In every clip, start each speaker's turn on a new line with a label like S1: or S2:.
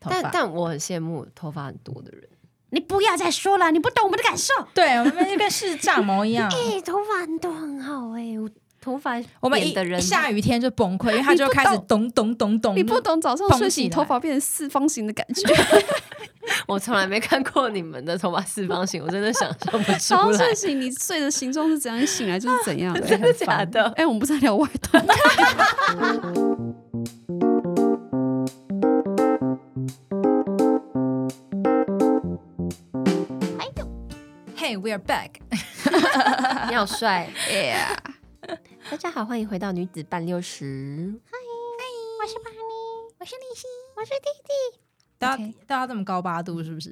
S1: 头
S2: 但
S1: 发。
S2: 但我很羡慕头发很多的人，
S3: 你不要再说了，你不懂我们的感受。
S1: 对，我们就跟视障毛一 样，
S2: 哎、头发很多很好哎、我头发
S1: 我们
S2: 扁
S1: 一
S2: 的人
S1: 一下雨天就崩溃，因为他就开始咚咚咚咚。
S4: 你不懂早上
S1: 绷
S4: 睡
S1: 起
S4: 醒
S1: 来
S4: 头发变成四方形的感觉，
S2: 我从来没看过你们的头发四方形，我真的想象不出
S4: 早上
S2: 来
S4: 睡，醒你睡的形状是怎样，醒来就是怎 样
S2: 真的
S4: 的。
S2: 假的？
S4: 哎，我们不是在聊外 头，
S1: Hey, we are back。
S2: 你好帅大家好，欢迎回到女子半六十。
S3: 我是巴尼，我是李欣，我是
S1: 都要
S4: OK
S1: 都要这么高八度是不是？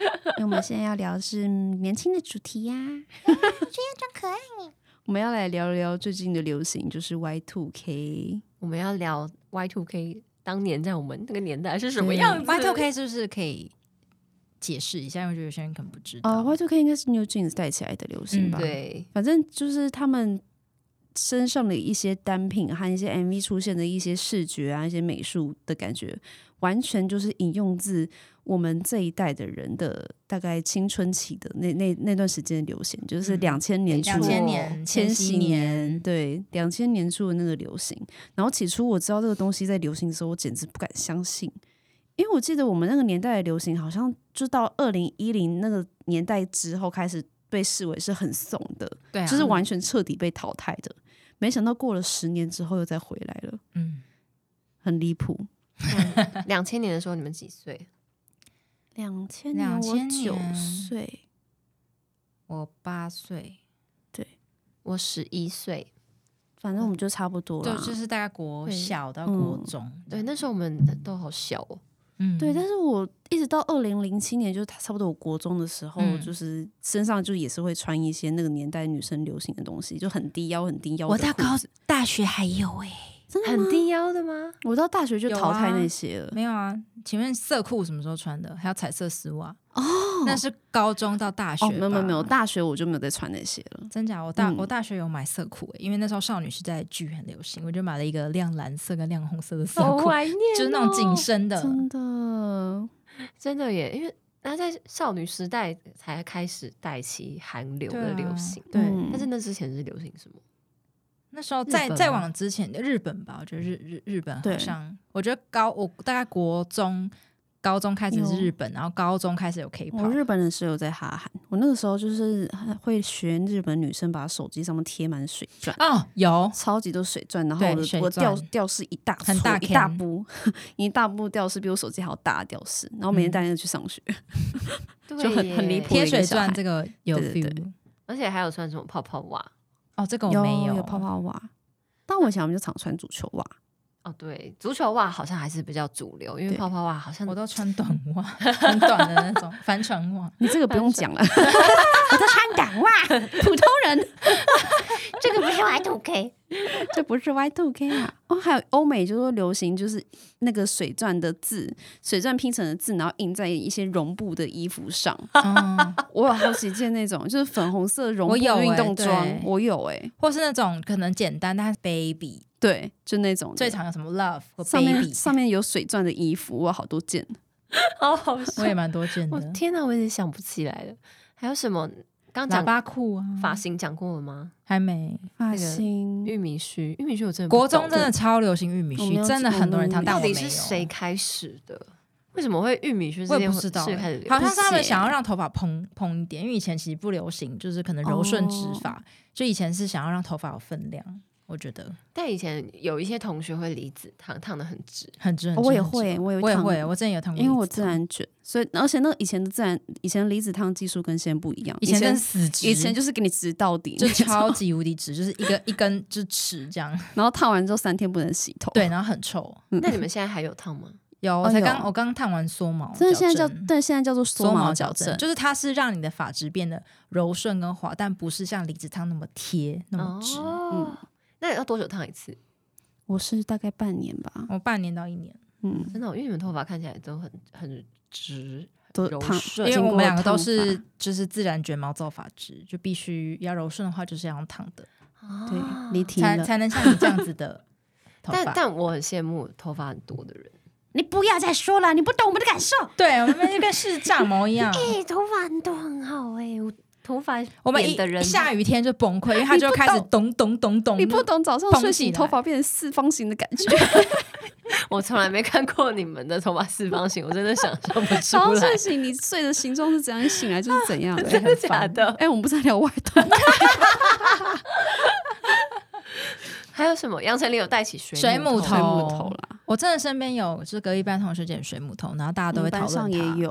S4: 因为我们现在要聊的是年轻的主题呀、
S3: 装可爱。
S4: 我们要来聊聊最近的流行，就是 Y Two K。
S2: 我们要聊 Y Two K 当年在我们那个年代是什么样子
S1: y two k 是不是可以解释一下？因为我觉得有些人可能不知道。
S4: 哦、y Two K 应该是 New Jeans 带起来的流行
S1: 嗯
S4: 吧？，
S2: 对，
S4: 反正就是他们身上的一些单品和一些 MV 出现的一些视觉啊、一些美术的感觉，完全就是引用自我们这一代的人的大概青春期的那那那段时间的流行，就是
S1: 嗯
S4: 两千年初
S1: 两千年、
S4: 千禧
S1: 禧
S4: 年，，对，两千年初的那个流行。然后起初我知道这个东西在流行的时候，我简直不敢相信，因为我记得我们那个年代的流行，好像就到二零一零那个年代之后开始被视为是很怂的，
S1: 对啊，
S4: 就是完全彻底被淘汰的。没想到过了十年之后又再回来了，
S1: 嗯，
S4: 很离谱。
S2: 两千年的时候你们几岁？
S4: 两千
S1: 年
S4: 年
S1: 我
S4: 我九
S1: 9
S4: 岁，
S1: 我八岁，
S2: 我十一岁。
S4: 反正我们就差不多
S1: 对
S4: 了，。
S1: 就是大概国
S2: 对
S1: 小到
S4: 嗯
S1: 国中，
S2: 对，那时候我们都好小哦。
S1: 嗯，
S4: 对，但是我一直到二零零七年，就是差不多我国中的时候，
S1: 嗯
S4: 就是身上就也是会穿一些那个年代女生流行的东西，就很低腰、很低腰的
S3: 我
S4: 裤子。
S3: 到高大学还有哎、
S4: 真的吗
S2: 很，低腰的吗？
S4: 我到大学就
S1: 有
S4: 淘汰
S1: 啊
S4: 那些了。
S1: 没有啊。请问色裤什么时候穿的？还有彩色丝袜哦，那是高中到大学
S4: 哦，
S1: 吧，
S4: 没有没有没有，大学我就没有再穿那些了。
S1: 真假？我大、
S4: 嗯
S1: 我大学有买色裤、欸，因为那时候少女时代的剧很流行，我就买了一个亮蓝色跟亮红色的色裤，
S2: 念哦
S1: 就是那种紧身的。
S4: 真的，
S2: 真的耶，因为那在少女时代才开始带起韩流的流行，
S1: 对啊，对
S4: 嗯
S2: 但是那之前是流行什么？
S1: 那时候再
S2: 日本吗
S1: 再往之前的日本吧，我觉得日日日本好
S4: 对
S1: 像，我觉得高我大概国中、高中开始是
S4: 有
S1: 日本，然后高中开始有 K-pop，
S4: 哦我日本的室友在哈韩，我那个时候就是会学日本女生把手机上面贴满水钻。
S1: 哦有，
S4: 超级多水钻，然后
S1: 对
S4: 我的
S1: 水
S4: 我吊
S1: 钻
S4: 吊饰一大
S1: 很
S4: 撮
S1: 大
S4: 一大
S1: can
S4: 部 一大部吊饰比我手机还要大的吊饰，然后每天带那个去上学，
S2: 对
S4: 就很很离
S2: 耶
S4: 谱
S1: 贴水
S4: 小
S1: 钻
S4: 孩
S1: 这个有 feel
S4: 对对对
S2: 而且还有穿什么泡泡袜？
S1: 哦，这个
S4: 有
S1: 我没
S4: 有泡泡袜。但我以前我们就常穿足球袜，
S2: 哦，对，足球袜好像还是比较主流，因为
S4: 对
S2: 泡泡袜好像
S1: 我都穿短 袜，很短的那种帆船袜。
S4: 你这个不用讲了，
S3: 我都穿短袜，
S4: 普通人
S3: 这个不是 Y 2 K，
S4: 这不是 Y two K 啊。哦，还有欧美就说流行就是那个水钻的字，水钻拼成的字，然后印在一些绒布的衣服上。
S1: 嗯，
S4: 我有好几件那种，就是粉红色绒布
S1: 我有欸
S4: 运动装
S1: 对，
S4: 我有哎、
S1: 或是那种可能简单，但是 baby
S4: 对，就那种的
S1: 最常有什么 love 和
S4: 上
S1: baby，
S4: 面上面有水钻的衣服，我有好多件。
S2: 好好笑
S1: 我 也蛮多见
S2: 我
S1: 的。
S2: 天哪，我有点想不起来了。还有什么？刚
S1: 喇
S2: 讲
S1: 叭裤啊，
S2: 发型讲过了吗？
S1: 还没。
S4: 发
S2: 个
S4: 型
S2: 玉米须，玉米须我真的不
S1: 国中
S2: 懂
S1: 真的超流行玉米
S4: 我没
S1: 须，
S4: 有
S1: 真的很多人烫，
S4: 我没有
S1: 但
S2: 到
S1: 我没
S2: 底
S1: 有。
S2: 是谁开始的？为什么会玉米须这
S1: 我也
S2: 件
S1: 不知道
S2: 事
S1: 欸、
S2: 开始流
S1: 好像是他
S4: 不
S1: 们
S4: 是
S1: 想要让头发蓬蓬一点，因为以前其实不流行，就是可能柔顺直
S4: 哦
S1: 发，所以以前是想要让头发有分量。我觉得
S2: 但以前有一些同学会离子烫，烫的很直。
S1: 很直，很
S4: 哦
S1: 直
S4: 我也
S1: 很直
S4: 会欸我有
S1: 我也
S4: 烫
S1: 会，我之前有烫过，
S4: 因为我自，然卷，所以而且那个以前的自然，以前离子烫技术跟现在不一样，
S1: 以前真的死直，
S4: 以前就是给你直到底
S1: 就
S4: 那种，
S1: 超级无敌直，就是一个一根就直这样，
S4: 然后烫完之后三天不能洗头。
S1: 对，，然后很臭。
S2: 那 你们现在还有烫吗？
S1: 有，我
S4: 哦
S1: 才
S4: 有
S1: 刚我刚烫完缩毛矫正，
S4: 真的现在叫但现在叫做缩
S1: 缩毛
S4: 毛
S1: 矫
S4: 矫正
S1: 正，，就是它是让你的发质变得柔顺跟滑，但不是像离子烫那么贴那么直。
S2: 哦，那要多久烫一次？
S4: 我是大概半年吧，
S1: 我半年到一年，
S4: 嗯，
S2: 真的哦、因为你们头发看起来都很很直，
S4: 都
S2: 柔
S4: 烫，
S1: 因
S2: 顺对
S1: 为
S4: 经
S1: 我
S4: 过
S1: 们两个都
S4: 烫发
S1: 是就是自然卷毛造发质，就必须要柔顺的话就是要用烫的，
S4: 对离题
S1: 才
S4: 了，
S1: 才能像你这样子的头
S2: 哦但
S1: 发。
S2: 但我很羡慕头发很多的人，
S4: 你不要再说了，你不懂我们的感受。
S1: 对，我们就跟视障毛一 样，
S3: 哎、头发都很好哎、我
S2: 头发
S1: 我们
S2: 扁
S1: 一
S2: 的人
S1: 一下雨天就崩溃，因为他就
S4: 你不
S1: 开始
S4: 懂
S1: 咚咚咚咚，
S4: 你不懂早上
S1: 捧
S4: 睡
S1: 起
S4: 醒
S1: 来
S4: 头发变成四方形的感 觉，
S2: 我从来没看过你们的头发四方形，我真的 想象不出
S4: 早上
S2: 来
S4: 睡，醒你睡的形状是怎样，醒 来就是怎样的。
S2: 真的假的？
S4: 哎、我们不是在聊外 套吗，
S2: 还有什么？杨丞琳有带起水
S1: 水母
S2: 母
S1: 头
S4: 吹木头啦，
S1: 我真的身边有就是隔壁班同学剪水母头，然后大
S4: 他
S1: 家都会讨论
S4: 嗯上
S1: 它
S4: 也 有，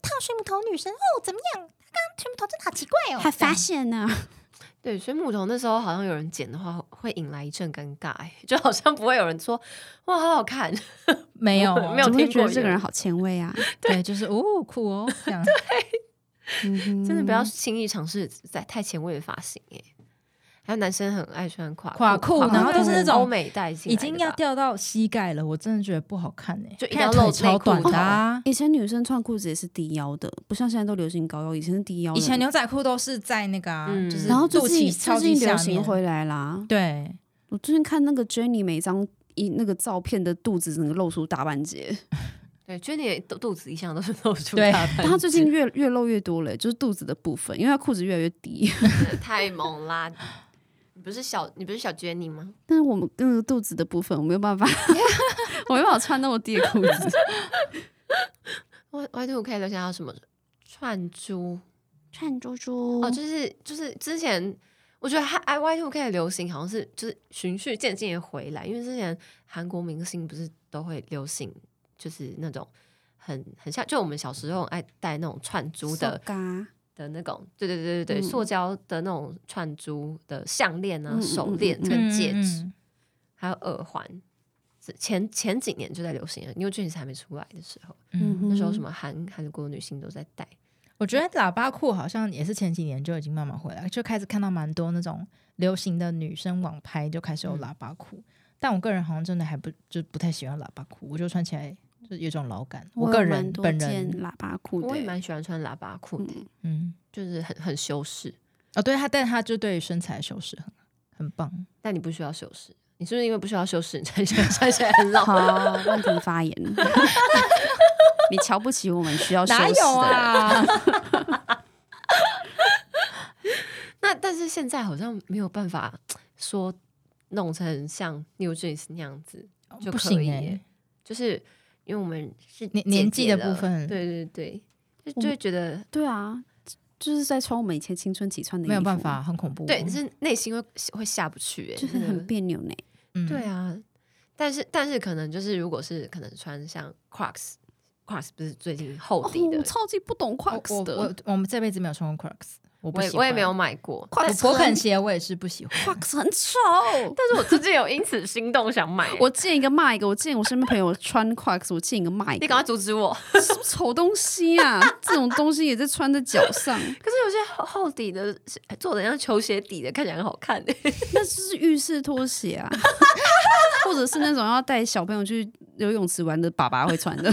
S3: 烫水母头女神哦，怎么样？她刚刚水母头真的好奇怪哦，
S4: 现呢、
S2: 对，水母头那时候好像有人剪的话，会引来一阵尴尬、哎就好像不会有人说哇，好好看，
S1: 没有啊
S2: 没有
S4: 怎么会
S2: 听
S4: 觉得
S2: 过
S4: 这个
S2: 有
S4: 人好前卫 啊？
S1: 对，就是哦酷哦这样。
S4: 嗯
S2: 真的不
S1: 嗯
S2: 要轻易尝试在太前卫的发型哎、还有男生很爱穿垮
S1: 垮裤
S4: 然后
S2: 都
S4: 就是那
S1: 种
S2: 欧美带进来
S1: 已
S2: 的吧，
S1: 经要掉到膝盖了，我真的觉得不好看哎、欸，
S2: 就一定
S1: 看
S2: 要
S1: 起来
S2: 露
S1: 腿超
S2: 内裤
S1: 短的啊。
S4: 以前女生穿裤子也是低腰的，不像现在都流行高腰，以前是低腰的。
S1: 以前牛仔裤都是在那个啊，
S2: 嗯
S1: 就是
S4: 哦然后最
S1: 肚
S4: 近最
S1: 脐超级
S4: 近
S1: 下
S4: 流行
S1: 面。
S4: 回来啦。
S1: 对，
S4: 我最近看那个 Jenny 每张一那个照片的肚子，整个露出大半截。
S2: 对，觉得你肚肚子一向都是露出
S1: 对
S2: 大半
S4: 她最近
S2: 截
S4: 越越露越多了、就是肚子的部分，因为她裤子越来越低。
S2: 太萌啦！你不是小你不是小娟你吗？
S4: 但是我们那个肚子的部分，我没有办法， 我没办法穿那么低的裤 子。
S2: Y Y Two K 留下还有什么串珠
S3: 串珠珠
S2: 哦，就是就是之前我觉得 I Y Two K 的流行好像是就是循序渐进的回来，因为之前韩国明星不是都会流行就是那种很很像，就我们小时候很爱戴那种串珠的
S4: 嘎，
S1: 嗯
S2: 的那种，对对对对对，
S4: 嗯
S2: 塑胶的那种串珠的项链啊、
S4: 嗯嗯
S2: 手
S4: 嗯
S2: 链
S4: 嗯
S2: 跟戒指，
S1: 嗯
S2: 还有耳环。是前前几年就在流行了，New Jeans 还没出来的时候，
S1: 嗯嗯
S2: 那时候什
S4: 么？
S2: 么韩韩国女星都在戴，
S1: 我觉得喇叭裤好像也是前几年就已经慢慢回来，就开始看到蛮多那种流行的女生网拍就开始有
S2: 嗯
S1: 喇叭裤，但我个人好像真的还不就不太喜欢喇叭裤，我就穿起来就有种老感。我个
S4: 有蛮
S1: 人
S4: 多
S1: 本
S4: 件
S1: 人，
S4: 喇叭裤的
S2: 我也
S4: 欸，
S2: 蛮喜欢穿喇叭裤的，
S1: 嗯，
S2: 就是很很修饰。
S1: 哦，对他，但他就对于身材修饰很很棒。
S2: 但你不需要修饰，你是不是因为不需要修饰，你才喜欢穿起来 很老？
S4: 好，问题发言。 你瞧不起我们需要修
S1: 哪
S4: 饰
S1: 有
S4: 的人，
S1: 啊？
S2: 那但是现在好像没有办法说弄成像 New Jeans 那样子，就
S1: 不
S2: 可
S1: 行
S2: 以
S1: 哎、
S2: 耶就是因为我们是
S1: 年
S2: 姐
S1: 年
S2: 姐
S1: 纪的
S2: 了
S1: 部分
S2: 对对对，就
S4: 我
S2: 就
S4: 们
S2: 会觉得
S4: 对啊，就是在穿我们以前青春期穿的，
S1: 没有办，法，呃很恐怖。哦
S2: 对，是内心会会下不去、欸，
S4: 就是
S2: 那个
S4: 很别扭呢。
S1: 嗯
S2: 对啊。但是但是可能就是如果是可能穿像 Crocs，Crocs 不是最近厚
S1: 哦
S2: 底的，
S4: 哦我超级不懂
S1: 我
S4: Crocs
S1: 我
S4: 的
S1: 我我们这辈子没有穿过 Crocs，我不
S2: 我也
S1: 喜
S2: 我
S1: 欢
S2: 也没有。买过，
S1: 我
S4: Crocs
S1: 勃肯
S4: 很
S1: 鞋我也是不喜欢。
S4: ，Crocs 很丑。
S2: 但是我最近有因此心动想买、欸
S4: 我见一个骂一个，我见我身边朋友穿 Crocs，我见一个骂一
S2: 你
S4: 个，
S2: 赶快阻止我！
S4: 什么丑东西啊！ 这种东西也在穿在脚上，
S2: 可是有些厚厚底的，是做的像球鞋底的，看起来很好看、欸。
S4: 那就是浴室拖鞋啊， 或者是那种要带小朋友去游泳池玩的爸爸会 穿的。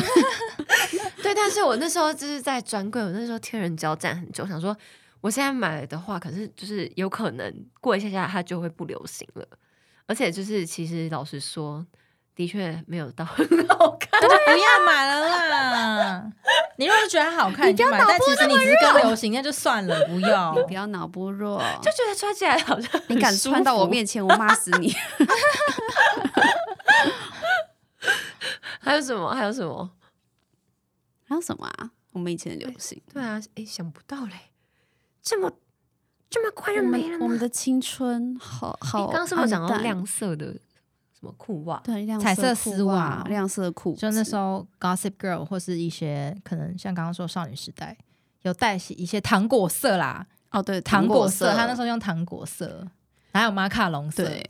S2: 对，但是我那时候就是在专柜，我那时候天人交战很久，想说我现在买的话，可是就是有可能过一下下它就会不流行了，而且就是其实老实说，的确没有到很好看。
S1: 那就不要买了啦！你如果觉得好看，你就买。但其实你只是跟流行，那就算了，不要。
S4: 你不要脑波弱，
S2: 就觉得穿起来好像
S4: 你敢
S2: 很舒
S4: 穿到我
S2: 服？
S4: 面前，我骂死你！
S2: 还有什么？还有什么？
S4: 还有什么啊？我们以前的流行，
S2: 对啊，哎，想不到嘞，这么
S3: 这么快就
S2: 啊
S4: 我
S3: 没了
S4: 们我
S3: 吗？
S4: 们的青春好
S2: 你
S4: 好，
S2: 刚刚是不是讲到亮色的什么裤袜？
S4: 对亮
S1: 彩色
S4: 裤啊
S1: 丝袜
S4: 亮色裤子，
S1: 就那时候 Gossip Girl 或是一些可能像刚刚说少女时代，有带起一些糖果色啦，
S4: 哦，对
S1: 糖
S4: 果
S1: 果色，他那时候用糖果色，还有马卡龙色，
S4: 对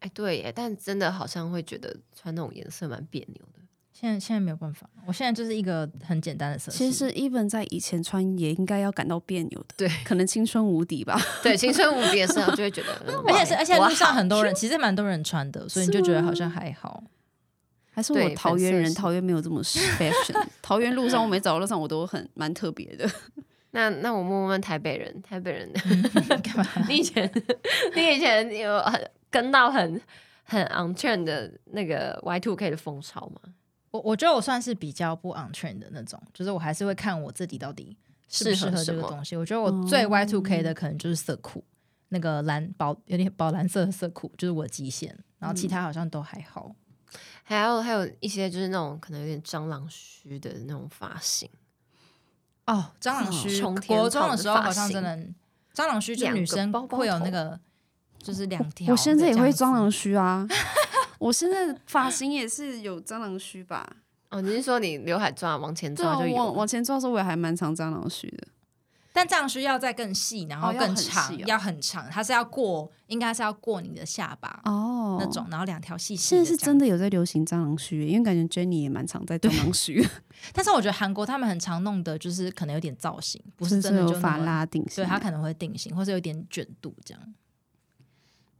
S2: 哎，对耶，但真的好像会觉得穿那种颜色蛮别扭的。
S1: 现在现在没有办法，我现在就是一个很简单的色系。
S4: 其实 even 在以前穿也应该要感到别扭的，
S2: 对，
S4: 可能青春无敌吧。
S2: 对，青春无敌的时候就会觉得，嗯
S1: 而且是而且
S2: 我
S1: 路上
S2: 好
S1: 很多人，其实蛮多人穿的，所以你就觉得好像还好。
S4: 还是
S2: 对
S4: 我桃
S2: 粉
S4: 园
S2: 色
S4: 人，
S2: 系
S4: 桃园没有 这么 fashion。桃园路上，我每走到路上我都很蛮特别的。
S2: 那那我问问台北人，台北人，
S4: 啊
S1: 干嘛？
S2: 你以前你以前有很跟到很很 on trend 的那个 Y two K 的风潮吗？
S1: 我我觉得我算是比较不 on trend 的那种，就是我还是会看我自己到底适不
S2: 适
S1: 适
S2: 合
S1: 合
S2: 什
S1: 这个
S2: 么
S1: 东西。我觉得我最 Y two
S4: 哦
S1: K 的可能就是色裤，那个蓝宝有点宝蓝色的色裤就是我极限，然后
S4: 嗯
S1: 其他好像都还好。
S2: 还有还有一些就是那种可能有点蟑螂须的那种发型，
S1: 哦，蟑螂须，
S2: 冲天
S1: 国中
S2: 炮
S1: 的
S2: 的
S1: 时候
S2: 发
S1: 好像真的，蟑螂须就
S2: 两
S1: 女
S2: 个
S1: 生
S2: 包包
S1: 会有那
S2: 头
S1: 个，就是两条。
S4: 我现在也会
S1: 蟑
S4: 蟑
S1: 螂。
S4: 螂须啊， 我现在发型也是有蟑螂须吧？
S2: 哦，你是说你刘海抓往前
S4: 对
S2: 抓
S4: 啊，
S2: 就有
S4: 往
S2: 了？
S4: 往前抓的时候我也还蛮长蟑螂须的。
S1: 但这样需要再更细，然后
S4: 哦要
S1: 更
S4: 很
S1: 长，
S4: 细哦
S1: 要很长，它是要过，应该是要过你的下巴、
S4: 哦
S1: 那种，然后两条细细。
S4: 现在是真的，有在流行蟑螂须耶，因为感觉 Jenny 也蛮常在蟑螂须，
S1: 但是我觉得韩国他们很常弄的就是可能有点造型，不
S4: 就是
S1: 真的
S4: 有
S1: 就
S4: 法
S1: 那么，
S4: 拉定型
S1: 对，
S4: 的，
S1: 它可能会定型，或是有点卷度这样。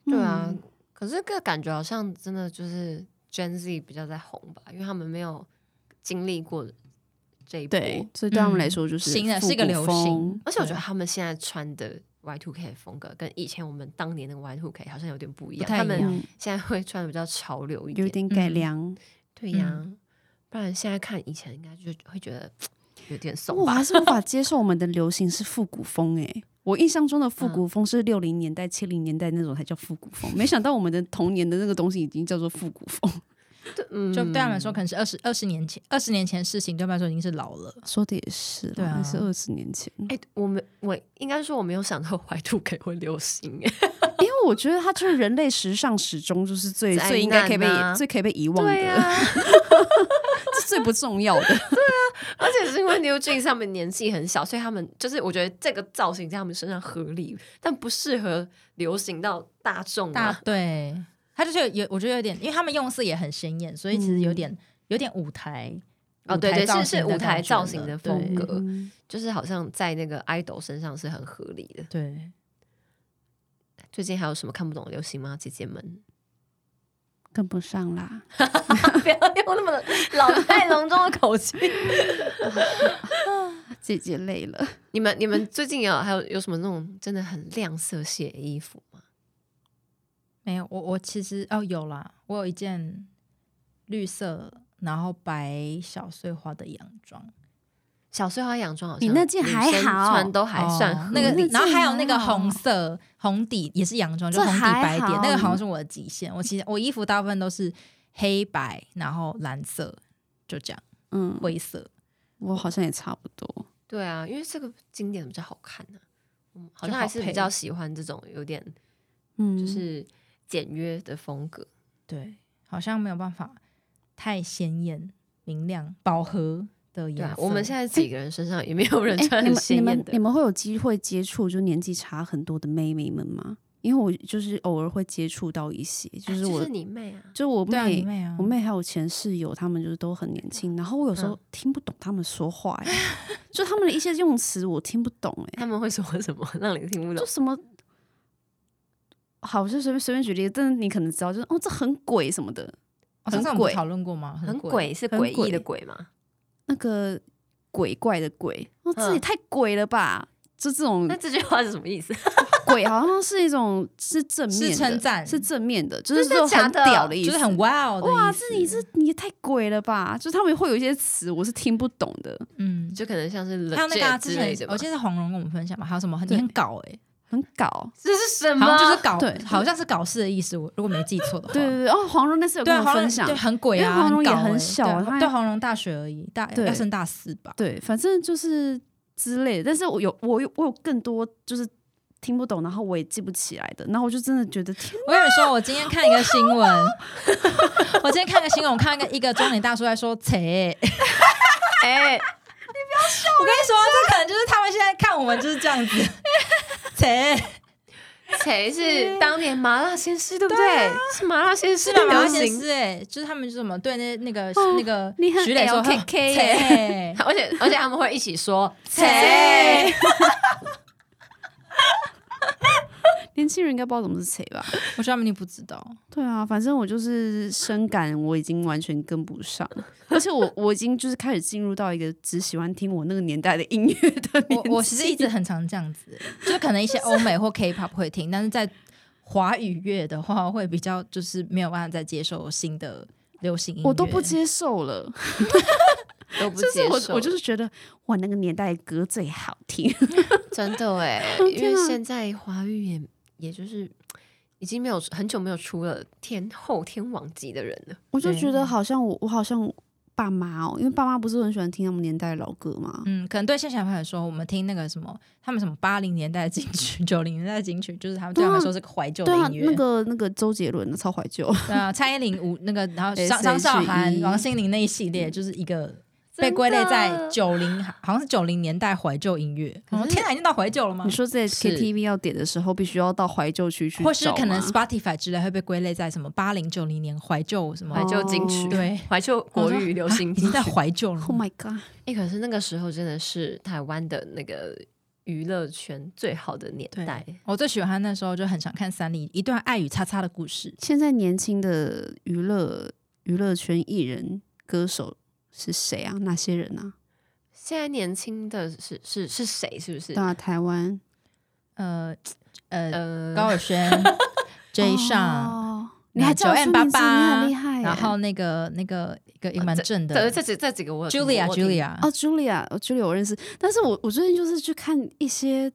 S2: 对啊
S4: 嗯，
S2: 可是个感觉好像真的就是 Gen Z 比较在红吧，因为他们没有经历过这一波。
S4: 对，所以对他们来说就是
S1: 嗯新的
S4: 复
S1: 是一个
S4: 古
S1: 流
S4: 风啊
S1: 行，
S2: 而且我觉得他们现在穿的 Y two K 的风格跟以前我们当年那个 Y two K 好像有点不一
S1: 不
S2: 样，
S1: 太
S2: 他
S1: 一
S2: 们
S1: 样
S4: 嗯，
S2: 现在会穿的比较潮流一
S4: 有
S2: 点。
S4: 点改良。
S2: 对呀、
S1: 嗯
S2: 不然现在看以前应该就会觉得有点怂
S4: 我
S2: 吧。
S4: 还是无法接受我们的流行是复古风诶、 我印象中的复古风是六零年代、七零年代那种才叫复古风，没想到我们的童年的那个东西已经叫做复古风。
S2: 对嗯
S1: 就对他们来说，可能是二十二十年前，二十年前的事情，对他们来说已经是老了。
S4: 说的也是啦，
S1: 对啊
S4: 还是二十年前，
S2: 哎、我们我应该说我没有想到 Y two K 会流行 哎、
S4: 因为我觉得它就是人类时尚始终就是最
S2: 灾难啊
S4: 最应该可以被最可以被遗忘的， 是最不重要的。
S2: 而且是因为 New Jeans 他们年纪很小，所以他们就是我觉得这个造型在他们身上合理，但不适合流行到大众
S1: 大
S2: 啊。
S1: 对，它就是有，我觉得有点，因为他们用色也很鲜艳，所以其实有点、有点舞台。
S2: 嗯哦，
S1: 舞
S2: 对
S1: 台
S2: 对，
S1: 造
S2: 是
S1: 型
S2: 是
S1: 的
S2: 舞
S1: 感
S2: 台
S1: 觉
S2: 造
S1: 了
S2: 型的
S1: 对
S2: 风格，
S4: 嗯
S2: 就是好像在那个 idol 身上是很合理的。
S1: 对，
S2: 最近还有什么看不懂的流行吗，姐姐们？
S4: 跟不上啦，
S2: 不要用那么 老态龙钟的口气。
S4: 姐姐累了。
S2: 你们你们最近有还有有什么那种真的很亮色系的衣服吗？
S1: 没有，我我其实哦有啦，我有一件绿色然后白小碎花的洋装，
S2: 小碎花洋装好像
S4: 你那件还
S2: 女生
S4: 好
S2: 穿都还算
S1: 哦
S2: 合
S1: 那个
S2: 理
S4: 理，
S1: 然后还有
S4: 还
S1: 那个
S4: 好
S1: 红色红底也是洋装，就
S4: 这
S1: 红底
S4: 还
S1: 白点，那个
S4: 好
S1: 好像是我的极限。我其实我衣服大部分都是黑白，然后蓝色，就这样
S4: 嗯，
S1: 灰色，
S4: 我好像也差不多。
S2: 对啊，因为这个经典比较好看呢、嗯，好
S1: 就
S2: 像
S1: 好
S2: 还是
S1: 配
S2: 比较喜欢这种有点
S4: 嗯，
S2: 就是简约的风格。
S1: 对，好像没有办法太鲜艳、明亮、饱和的
S2: 对
S1: 颜
S2: 啊
S1: 色。，
S2: 我们现在几个人身上也没有人
S4: 哎
S2: 穿
S4: 你
S2: 很
S4: 们你
S2: 鲜艳
S4: 们
S2: 的
S4: 你。们会有机会接触就年纪差很多的妹妹们吗？因为我就是偶尔会接触到一些，
S2: 哎
S4: 就是我、
S2: 是你妹啊！
S4: 就我
S1: 对啊，你
S4: 妹、
S1: 妹啊，
S4: 我妹还有前室友，她们就是都很年轻，然后我有时候
S2: 嗯
S4: 听不懂她们说话、 哎就她们的一些用词我听不懂、哎，
S2: 他们会说什么 让你听不
S4: 就
S2: 懂？
S4: 什么。好，我就随便随便举例，但是你可能知道，就是哦，这很鬼什么的，
S1: 哦上
S4: 很
S1: 次我们不
S4: 鬼
S1: 讨论过吗？
S2: 很
S1: 鬼，
S2: 鬼是
S4: 很
S2: 诡异的
S4: 鬼
S2: 鬼嘛？
S4: 那个鬼怪的鬼，哦，这也
S2: 嗯
S4: 太鬼了吧！就这种
S2: 那这句话是什么意思？
S4: 鬼好像是一种是正面的，
S1: 是称赞
S4: 是正面的，就是
S2: 真的
S4: 说
S2: 假
S4: 很
S2: 的
S4: 屌的意思，
S1: 就是很哇哦的
S4: 哇，
S1: 意
S4: 这你
S1: 思
S4: 这你也太鬼了吧！就是他们会有一些词我是听不懂的，
S1: 嗯。
S2: 就可能像是
S1: 还有那个、啊、
S2: legit
S1: 之
S2: 之类的
S1: 前，
S2: 吧
S1: 我。记得是黄蓉跟我们分享嘛，还有什么很你
S4: 对
S1: 很搞哎、
S4: 很搞。
S2: 这是什
S1: 好
S2: 么？
S1: 像就是搞，
S4: 对
S1: 好像是搞事的意思。我如果没记错的话，
S4: 对对对，哦，黄蓉那次有
S1: 对
S4: 跟
S1: 啊，
S4: 我
S1: 黄蓉
S4: 分享
S1: 对，很鬼
S4: 因
S1: 啊，
S4: 为黄蓉也
S1: 搞
S4: 很
S1: 欸
S4: 小
S1: 对
S4: 啊她
S1: 对黄蓉大学而已，大
S4: 对
S1: 要升大四吧。
S4: 对，反正就是之类的。但是我有我有我有更多就是听不懂，然后我也记不起来的，然后我就真的觉得天
S1: 我跟你说，我今天看一个新闻， 我今天看个新闻，我看一个一个中年大叔在说“切”，
S2: 哎、
S1: 我跟你说，这可能就是他们现在看我们就是这样子“ 切
S2: 谁是当年麻辣鲜师，对不对？是麻辣鲜”，师
S1: 是
S2: 的
S1: 吧？
S2: 流
S1: 毛先
S2: 行，
S1: 是哎，就是他们就是什么对那那个那个
S4: 哦你很
S1: 徐磊说
S4: LKK 欸
S1: 切
S2: 而且而且他们会一起说
S1: “
S2: 谁
S1: 切”，
S4: 年轻人应该不知道怎么是谁吧？”，
S1: 我说他们你不知道，
S4: 对啊，反正我就是深感我已经完全跟不上，而且我我已经就是开始进入到一个只喜欢听我那个年代的音乐的年
S1: 我
S4: 纪。
S1: 我其实一直很常这样子，就是可能一些欧美或 K-pop 会听，但是在华语乐的话，会比较就是没有办法再接受新的流行音乐，
S4: 我都不接受了。
S2: 都不
S4: 就是
S2: 接
S4: 我
S2: 受，
S4: 我就是觉得我那个年代的歌最好听，
S2: 真的哎、因为现在华语也也就是已经没有很久没有出了天后天王级的人了，
S4: 我就觉
S1: 对
S4: 得好像我我好像爸妈哦，因为爸妈不是很喜欢听他们年代的老歌嘛。
S1: 嗯，可能对现小朋友来说，我们听那个什么，他们什么八零年代的金曲、 九零年代的金曲，就是他们对他们来说是个怀旧的
S4: 对啊，
S1: 音乐。
S4: 那个那个周杰伦的超怀旧，
S1: 对啊，蔡依林、吴那个，然后 张张韶涵、
S4: SHE
S1: 王心凌那一系列，就是一个被归类在九零，好像是九零年代怀旧音乐。
S2: 可是
S1: 哦天哪，已经到怀旧了吗
S4: 你？说在
S2: 是
S4: KTV 要点的时候，必须要到怀旧区去找吗，
S1: 或是可能 Spotify 之类会被归类在什么八零九零年怀旧什么？
S2: 怀旧金
S4: 哦
S2: 曲、
S1: 对，
S2: 怀旧国语流行
S1: 啊已
S2: 金
S1: 经
S2: 曲。
S1: 在怀旧了吗。
S4: Oh my god！
S2: 哎、可是那个时候真的是台湾的那个娱乐圈最好的年
S1: 对
S2: 代，
S1: 我最喜欢那时候就很想看三立一段爱与叉叉的故事。
S4: 现在年轻的娱乐娱乐圈艺人歌手是谁啊？哪些人啊？
S2: 现在年轻的是是是谁？是不是
S4: 对？啊，台湾
S1: 呃呃，
S2: 呃，
S1: 高 尔宣、J 上，
S4: 哦你还叫我出名字你
S1: 9M88
S4: 很厉害耶。
S1: 然后那个那个一个也蛮正
S2: 哎哦这
S1: 的
S2: 这几这几个我有听过
S1: ，Julia
S2: 我听
S1: Julia，
S4: 哦，Julia，哦，Julia 我认识，但是我我最近就是去看一些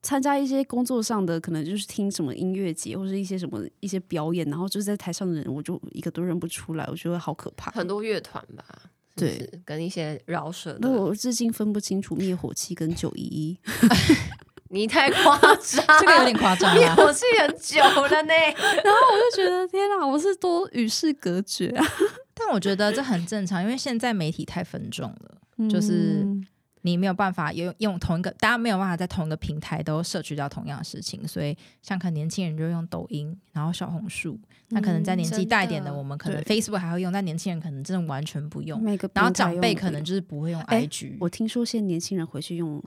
S4: 参加一些工作上的，可能就是听什么音乐节或者一些什么一些表演，然后就是在台上的人，我就一个都认不出来，我觉得好可怕。
S2: 很多乐团吧，是不
S4: 对
S2: 是，跟一些饶舌
S4: 那
S2: 的，
S4: 我至今分不清楚灭火器跟九一一，
S2: 你太夸 张，
S1: 这个有点夸张
S2: 灭
S1: 啊。
S2: 火器很久了 呢。
S4: 我就觉得天啊哪，我是多与世隔绝啊！
S1: 但我觉得这很正常，因为现在媒体太分众了，就是
S4: 嗯
S1: 你没有办法用用同一个，大家没有办法在同一个平台都摄取到同样的事情，所以像可能年轻人就用抖音，然后小红书，那可能在年纪
S2: 真
S1: 大一点的，
S2: 的
S1: 我们可能
S4: 对
S1: Facebook 还会用，但年轻人可能真的完全不用。
S4: 每个
S1: 然后
S4: 平台
S1: 长辈
S4: 用
S1: 可能
S4: 不一样
S1: 就是不会用
S4: 哎
S1: IG，、
S4: 我听说现在年轻人回去用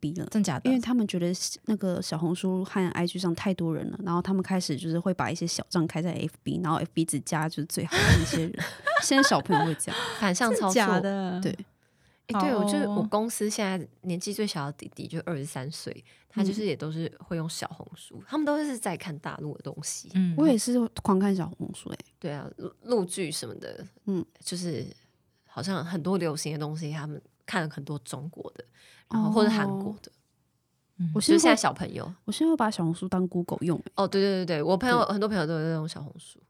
S4: FB 了。
S1: 真假的
S4: 因为？他们觉得那个小红书和 IG 上太多人了，然后他们开始就是会把一些小账开在 FB，然后 FB 只加就是最好的那些人。现在小朋友会 这样，
S2: 反向操
S1: 假
S2: 作。
S1: 的？
S4: 对
S2: 哎，对，
S1: 好
S2: 我就是我
S1: 哦
S2: 公司现在年纪最小的弟弟就二十三岁，他
S1: 嗯
S2: 就是也都是会用小红书，他们都是在看大陆的东西，
S1: 嗯，
S4: 我也是狂看小红书、欸，
S2: 对啊，录录剧什么的，嗯
S4: 嗯，
S2: 就是好像很多流行的东西，他们看了很多中国的，然后或者
S1: 哦
S2: 韩国的，
S4: 我
S2: 就是
S4: 现
S2: 现在
S4: 在
S2: 小朋友。
S4: 我现在会把小红书当 Google 用、欸，
S2: 哦，对对对对，我朋友很多朋友都有在用小红书。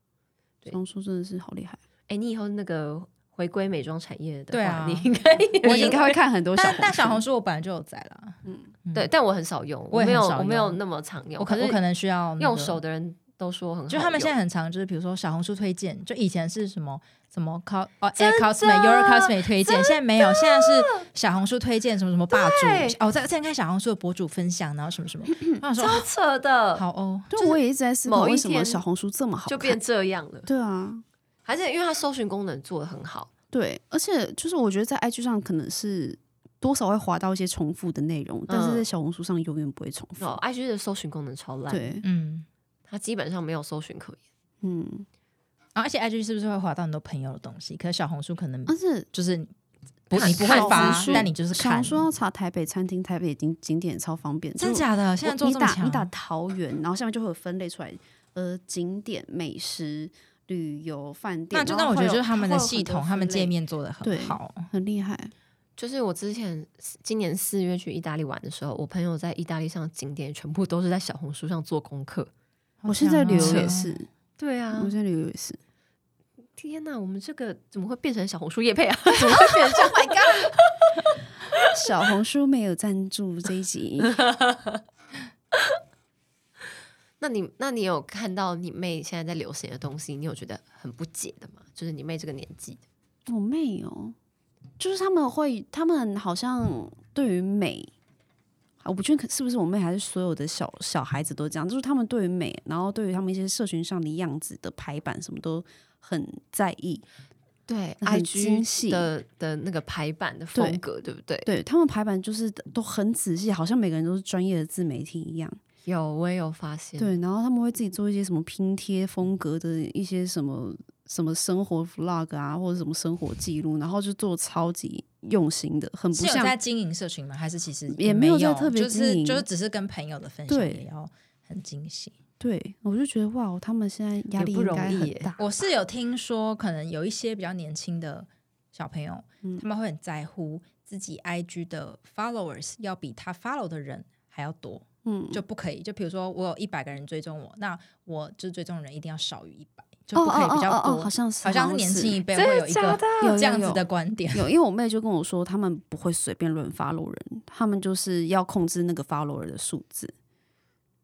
S2: 对
S4: 小红书真的是好厉害，
S2: 哎，你以后那个回归美妆产业的话，
S1: 对啊
S2: 你应该也
S1: 我
S4: 我应该会看很多小
S1: 但
S4: 红
S1: 但小红
S4: 书。
S1: 书我本来就有在啦，
S2: 对，但我很少用，
S1: 嗯我也
S2: 没有
S1: 很少
S2: 我没有
S1: 用
S2: 那么常用，
S1: 我可
S2: 是
S1: 我可能需要、那个
S2: 用手的人都说很好用，
S1: 就他们现在很常就是，比如说小红书推荐，就以前是什么什么 cos 哦
S2: 真
S1: air
S2: 的
S1: cosme euro cosme 推荐，现在没有，现在是小红书推荐什么什么霸
S2: 对
S1: 主哦，在在看小红书的博主分享，然后什 么什么，然后说
S2: 超扯的，
S1: 好哦，
S4: 就我也一直在思考
S2: 某一
S4: 为什么
S2: 天
S4: 小红书这么好看，
S2: 就变这样了。
S4: 对啊，
S2: 还是因为它搜寻功能做的很好，
S4: 对，而且就是我觉得在 IG 上可能是多少会滑到一些重复的内容，但是
S1: 嗯
S4: 在小红书上永远不会重复。
S2: 哦，IG 的搜寻功能超烂，
S4: 对，
S1: 嗯，
S2: 它基本上没有搜寻可言。
S4: 嗯，
S1: 啊而且 IG 是不是会滑到很多朋友的东西？可是小红书可能
S4: 但是
S1: 就是不
S2: 看
S1: 你不会
S4: 小
S1: 发
S4: 红书，
S1: 但你就是
S4: 小红
S1: 看，
S4: 书要查台北餐厅、台北景景点超方便，
S1: 真
S4: 就
S1: 假的？现在
S4: 我
S1: 做
S4: 你
S1: 这么
S4: 打你
S1: 强
S4: 打桃园，然后下面就会有分类出来，呃，景点、美食、旅游、饭店，
S1: 那就
S4: 然
S1: 让
S4: 后
S1: 我觉
S4: 会
S1: 得就
S4: 有
S1: 是他们的
S4: 会有很
S1: 系
S4: 多
S1: 统、他们
S4: 分类
S1: 界面做的很
S4: 对
S1: 好，
S4: 很厉害，
S2: 就是我之前今年四月去意大利玩的时候，我朋友在意大利上的景点全部都是在小红书上做功课。
S1: 好
S4: 我现在
S1: 强
S4: 旅
S1: 哦嗯
S4: 游也是，
S2: 对啊
S4: 我现在旅游也是，
S2: 天哪，我们这个怎么会变成小红书叶配啊？ 怎么会变成？Oh my god！
S4: 小红书没有赞助这一 集。
S2: 那你那你有看到你妹现在在流行的东西，你有觉得很不解的吗？就是你妹这个年纪，
S4: 我妹哦，就是他们会，他们好像对于美，啊我不确定是不是我妹，还是所有的小小孩子都这样，就是他们对于美，然后对于他们一些社群上的样子的排版什么都很在意，
S2: 对
S4: 很精
S2: IG
S4: 细
S2: 的的那个排版的风格，对不对？
S4: 对他们排版就是都很仔细，好像每个人都是专业的自媒体一样。
S2: 有，我也有发现。
S4: 对，然后他们会自己做一些什么拼贴风格的一些什么什么生活 vlog 啊，或者什么生活记录，然后就做超级用心的，很不
S1: 是有
S4: 像
S1: 在经营社群吗？还是其实
S4: 也
S1: 没
S4: 没有在特别
S1: 就
S4: 经
S1: 是
S4: 营
S1: 就是只是跟朋友的分享
S4: 对
S1: 也要很精细。
S4: 对，我就觉得哇，他们现在压
S2: 也
S4: 力
S2: 不
S4: 应
S2: 容
S4: 该
S2: 易
S4: 很
S2: 耶
S4: 大。
S1: 我是有听说，可能有一些比较年轻的小朋友，
S4: 嗯
S1: 他们会很在乎自己 IG 的 followers 要比他 follow 的人还要多，
S4: 嗯，
S1: 就不可以。就比如说，我有一百个人追踪我，那我就追踪的人一定要少于一百，就
S4: 哦
S1: 不可以
S4: 哦
S1: 比较
S4: 哦哦
S1: 多。
S4: 哦好像是
S1: 好像
S4: 好
S1: 是
S4: 像
S1: 年
S4: 是
S1: 轻一辈
S2: 真
S1: 会
S2: 的
S1: 有一
S2: 假
S1: 个
S2: 的
S4: 有
S1: 这样
S4: 有
S1: 子的观点。
S4: 有，因为我妹就跟我说，他们不会随便乱 follow 人，他们就是要控制那个 follower 的数字，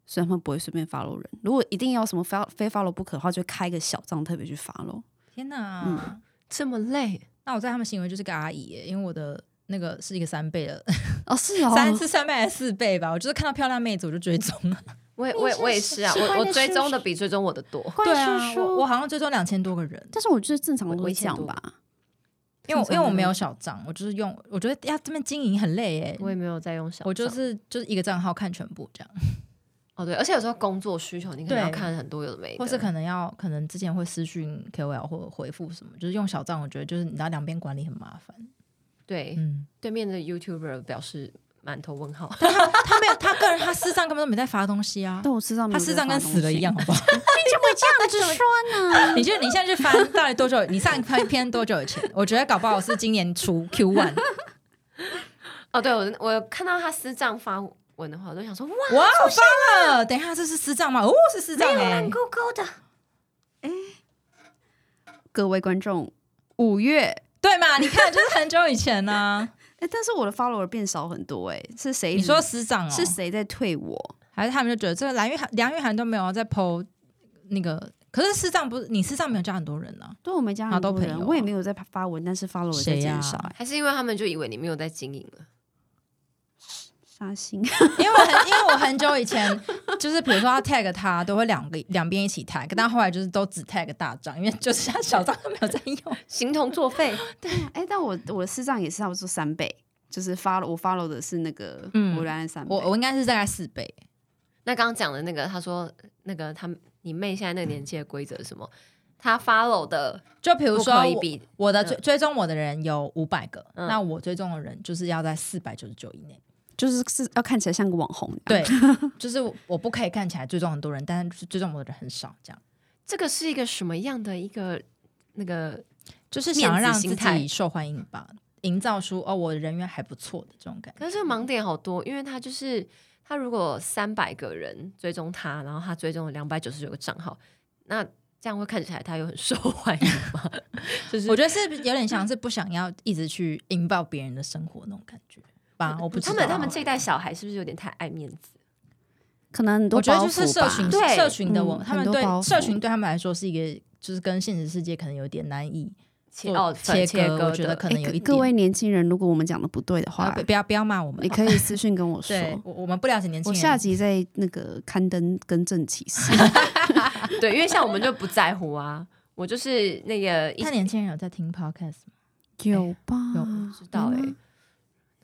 S4: 所以他们不会随便 follow 人。如果一定要什么 follow 非 follow 不可的话，就开个小账特别去 follow。
S1: 天哪！
S4: 嗯
S2: 这么累，
S1: 那我在他们行为就是个阿姨耶，因为我的那个是一个三倍的，
S4: 哦，是哦，
S1: 三是三倍还是四倍吧？我就是看到漂亮妹子我就追踪了。
S2: 我也
S3: 你
S2: 我也
S3: 是
S2: 我也是啊，
S3: 喜欢
S2: 我我
S3: 的
S2: 追
S3: 是
S2: 踪的比追踪我的多，
S3: 怪
S1: 对
S3: 叔
S1: 啊，
S3: 叔，
S1: 我我好像追踪两千多个人，
S4: 但是我觉得正常
S2: 我
S4: 都
S2: 我
S4: 会
S2: 以
S4: 这
S2: 前
S4: 样
S2: 读
S4: 吧。
S1: 因为我
S4: 正常
S1: 因为我
S4: 的
S1: 没有
S4: 人
S1: 小账，我就是用，我觉得要这边经营很累耶。
S2: 我也没有在用小账，
S1: 我就是就是一个账号看全部这样，
S2: 哦对，而且有时候工作需求，你可能要
S1: 对
S2: 看很多有的没的，
S1: 或是可能要可能之前会私讯 KOL 或回复什么，就是用小账，我觉得就是你知道两边管理很麻烦。
S2: 对
S1: 嗯，
S2: 对面的 YouTuber 表示满头问号，
S1: 他没有他个人他私账根本都没在发东西啊，
S4: 但我身上没
S1: 他
S4: 有
S1: 私
S4: 在
S1: 账
S4: 发
S1: 跟
S4: 东
S1: 死了
S4: 西
S1: 一样，，好不好？
S3: 那就说 呢，
S1: 你就你现在去翻到底多久？你上一篇篇多久以前？我觉得搞不好是今年初 Q one。
S2: 哦对我我看到他私账发文的话，我都想说 哇，
S1: 哇，好棒了！等一下，这是私账吗？哦，是私账哎、
S3: 勾勾的，
S4: 各位观众，五月
S1: 对嘛？你看，就是很久以前呢、
S4: 哎、但是我的 follower 变少很多哎、是谁？
S1: 你说师长哦，
S4: 是谁在退我？
S1: 还是他们就觉得这个蓝玉涵、梁玉涵都没有在 PO 那个？可是师长不是你师长没有加很多 人呢、
S4: 对我们家
S1: 啊
S4: 很
S1: 都
S4: 多
S1: 朋
S4: 人，
S1: 友
S4: 我也
S1: 啊
S4: 没有在发文，但是 follower 在
S1: 谁呀
S4: 减少、 哎，
S2: 还是因为他们就以为你没有在经营了，
S4: 杀心。
S1: 因为我很因为我很久以前就是比如说要 tag 他，都会两个两边一起 tag，但后来就是都只 tag 大账，因为就是他小账都没有在 用。
S2: 形同作废，
S4: 哎、但我我的私账也是差不多三倍，就是 follow 我 follow 的是那个
S1: 嗯
S4: 我原来三倍，
S1: 我我应该是大概四倍，
S2: 那刚刚讲的那个，他说那个他你妹现在那个年纪的规则是什么？他 follow 的
S1: 就比如
S2: 不
S1: 说
S2: 可以
S1: 我
S2: 比
S1: 我的
S2: 嗯
S1: 追追踪我的人有五百个，
S2: 嗯
S1: 那我追踪的人就是要在四百九十九以内。
S4: 就是是要看起来像个网红。，
S1: 对，就是我不可以看起来追踪很多人，但是追踪我的人很少，这样
S2: 这个是一个什么样的一个那个？
S1: 就是想
S2: 面
S1: 要
S2: 子
S1: 让
S2: 心
S1: 自
S2: 态
S1: 己受欢迎吧，营造出哦我的人缘还不错的这种感觉。
S2: 可是这个盲点好多，因为他就是他如果三百个人追踪他，然后他追踪了两百九十九个账号，那这样会看起来他有很受欢迎吗？ 就是
S1: 我觉得是有点像是不想要一直去引爆别人的生活那种感觉吧，我不知
S2: 他
S1: 道啊欸
S2: 们他们这一代小孩是不是有点太爱面子？
S4: 可能很多
S1: 我觉得
S4: 包
S1: 就是
S4: 袱
S1: 社
S4: 吧
S1: 群
S2: 对
S1: 社群的文，
S4: 嗯
S1: 他们
S4: 很多包
S1: 对
S4: 袱
S1: 社群对他们来说是一个就是跟现实世界可能有点难以
S2: 切
S1: 做
S2: 哦
S1: 切
S2: 切割
S1: 割，我
S2: 的
S1: 觉得可能
S4: 哎
S1: 有
S4: 各
S1: 一
S4: 各
S1: 点。
S4: 位年轻人，如果我们讲的不对的
S1: 好
S4: 话
S1: 不，不要不要骂我们啊
S4: 你，可以私信跟我说。
S1: 对我我们不了解年轻
S4: 我
S1: 人。
S4: 下集在那个刊登更正启 事，
S2: 对，因为像我们就不在乎啊，我就是那个一
S1: 他年轻人有在听 podcast 吗？
S4: 有吧？
S1: 有
S2: 不知
S1: 嗯
S2: 道哎、
S1: 欸
S4: 有吗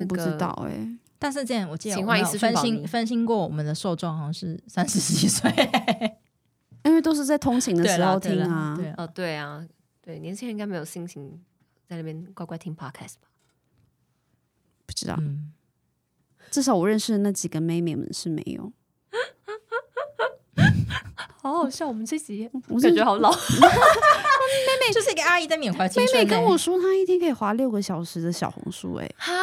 S4: 我不知道哎、
S1: 但是之前我记得
S2: 请
S1: 我
S2: 换
S1: 们
S2: 一
S1: 有
S2: 次
S1: 分
S2: 保
S1: 心
S2: 密
S1: 分心过我们的受众好像是三十 几岁，
S4: 因为都是在通勤的
S1: 对
S4: 时
S1: 啦
S4: 候
S1: 对
S4: 听
S1: 啦
S4: 啊。
S1: 对
S2: 哦，对啊，对，年轻人应该没有心情在那边乖乖听 podcast 吧？
S4: 不知道，
S1: 嗯，
S4: 至少我认识的那几个妹妹们是没有。
S2: 好好笑，我们这集
S4: 我
S2: 感
S4: 真
S2: 觉
S4: 的
S2: 好老。
S1: 就是一个阿姨在缅怀青
S4: 妹
S1: 春
S2: 欸
S4: 妹
S1: 呢。
S4: 跟我说，她一天可以划六个小时的小红书、哎，
S2: 哈，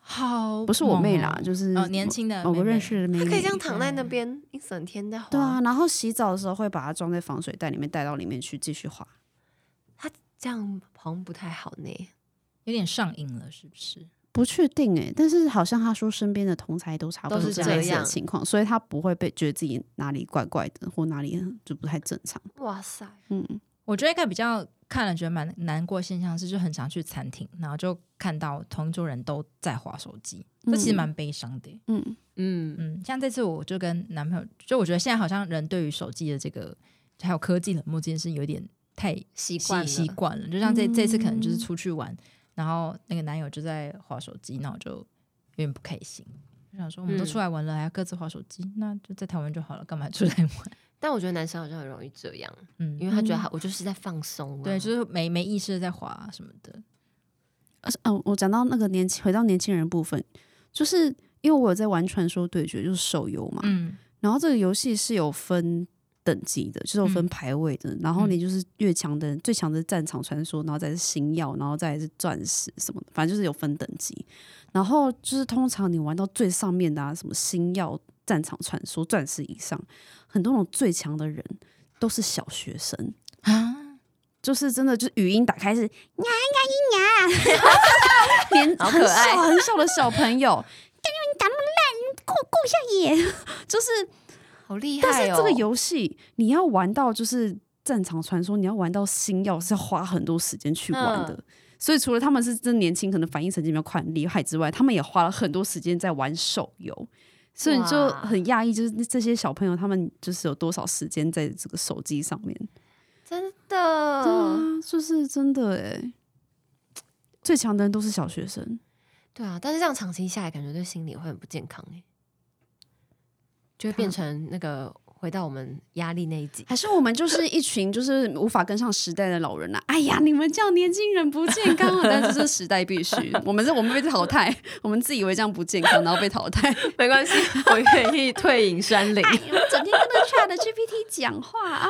S1: 好，
S4: 不是我妹啦，，就是
S1: 哦，年轻的
S4: 某
S1: 妹
S4: 个
S1: 妹
S4: 认，识的妹
S2: 他
S4: 妹，
S2: 可以这样躺在
S1: 嗯
S2: 那边一整天在滑。
S4: 对啊，，然后洗澡的时候会把它装在防水袋里面，带到里面去继续滑。
S2: 这样好像不太好呢。
S1: 有点上瘾了，是不是？
S4: 不确定哎、但是好像她说身边的同才都差不
S2: 都
S4: 多
S2: 是
S4: 这
S2: 这
S4: 样子
S2: 样
S4: 的情况，所以她不会被觉得自己哪里怪怪的，或哪里很就不太正常。
S2: 哇塞，
S4: 嗯，
S1: 我觉得一个比较看了觉得蛮难过的现象是，就很常去餐厅，然后就看到同桌人都在划手机，这其实
S4: 嗯
S1: 蛮悲伤的。
S4: 嗯，
S2: 嗯，
S1: 嗯，像这次我就跟男朋友，就我觉得现在好像人对于手机的这个还有科技冷漠这件事有点太
S2: 习惯
S1: 习
S2: 了
S1: 习惯了。就像这
S4: 嗯
S1: 这次可能就是出去玩，然后那个男友就在划手机，那我就有点不开心。我想说，我们都
S2: 嗯
S1: 出来玩了，还要各自划手机，那就在台湾就好了，干嘛出来玩？
S2: 但我觉得男生好像很容易这样，
S1: 嗯，
S2: 因为他觉得他我就是在放松啊。
S1: 对，就是没没意识地在划什么的。
S4: 而且嗯，我讲到那个年轻，回到年轻人部分，就是因为我有在玩传说对决，就是手游嘛，
S1: 嗯，
S4: 然后这个游戏是有分等级的，就是有分
S1: 嗯
S4: 排位的。然后你就是越强的人，最强的战场传说，然后再是星耀，然后再来是钻石什么的，反正就是有分等级。然后就是通常你玩到最上面的啊，什么星耀、战场传说、钻石以上，很多那种最强的人都是小学生。
S1: 啊，
S4: 就是真的，就是语音打开 是呀呀呀呀，年
S2: 好
S4: 很
S2: 可爱
S4: 小很小的小朋友，感觉你打那么烂，过过一下眼， 就是。
S2: 好厉害、哦！
S4: 但是这个游戏你要玩到就是战场传说，你要玩到星耀是要花很多时间去玩
S2: 嗯
S4: 的。所以除了他们是真年轻，可能反应神经比较快、很厉害之外，他们也花了很多时间在玩手游。所以你就
S2: 哇
S4: 很讶异，就是这些小朋友他们就是有多少时间在这个手机上面。
S2: 真
S4: 对
S2: 的，
S4: 啊，就是真的哎、最强的人都是小学生，
S2: 对啊，但是这样长期下来，感觉对心理会很不健康哎，就会变成那个回到我们压力那一集。
S4: 还是我们就是一群就是无法跟上时代的老人啊？哎呀，你们叫年轻人不健康啊！但是这是时代必 须，我们是我们被淘汰，我们自以为这样不健康，然后被淘汰，
S2: 没关系，我愿意退隐山林。
S4: 你们整天跟那 Chat GPT 讲话啊，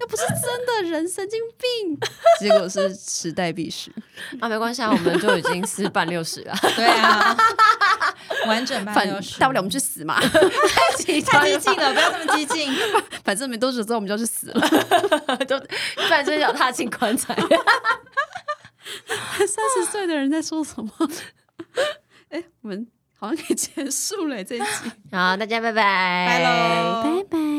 S4: 又不是真的人，神经病。 结果是时代必须，
S2: 啊，没关系啊，我们就已经四半六十了，
S1: 对啊，完整版
S4: 反
S1: 六十
S4: 大不了我们去死嘛，
S1: 太激进了，不要这么激进。
S4: 反正没多久之后我们就要去死了。
S2: 就半只脚踏进棺 材。
S4: 三十岁的人在说什么？ 哎、我们好像可以结束了这一集，
S2: 好，大家拜拜，
S1: 拜喽。
S4: 拜。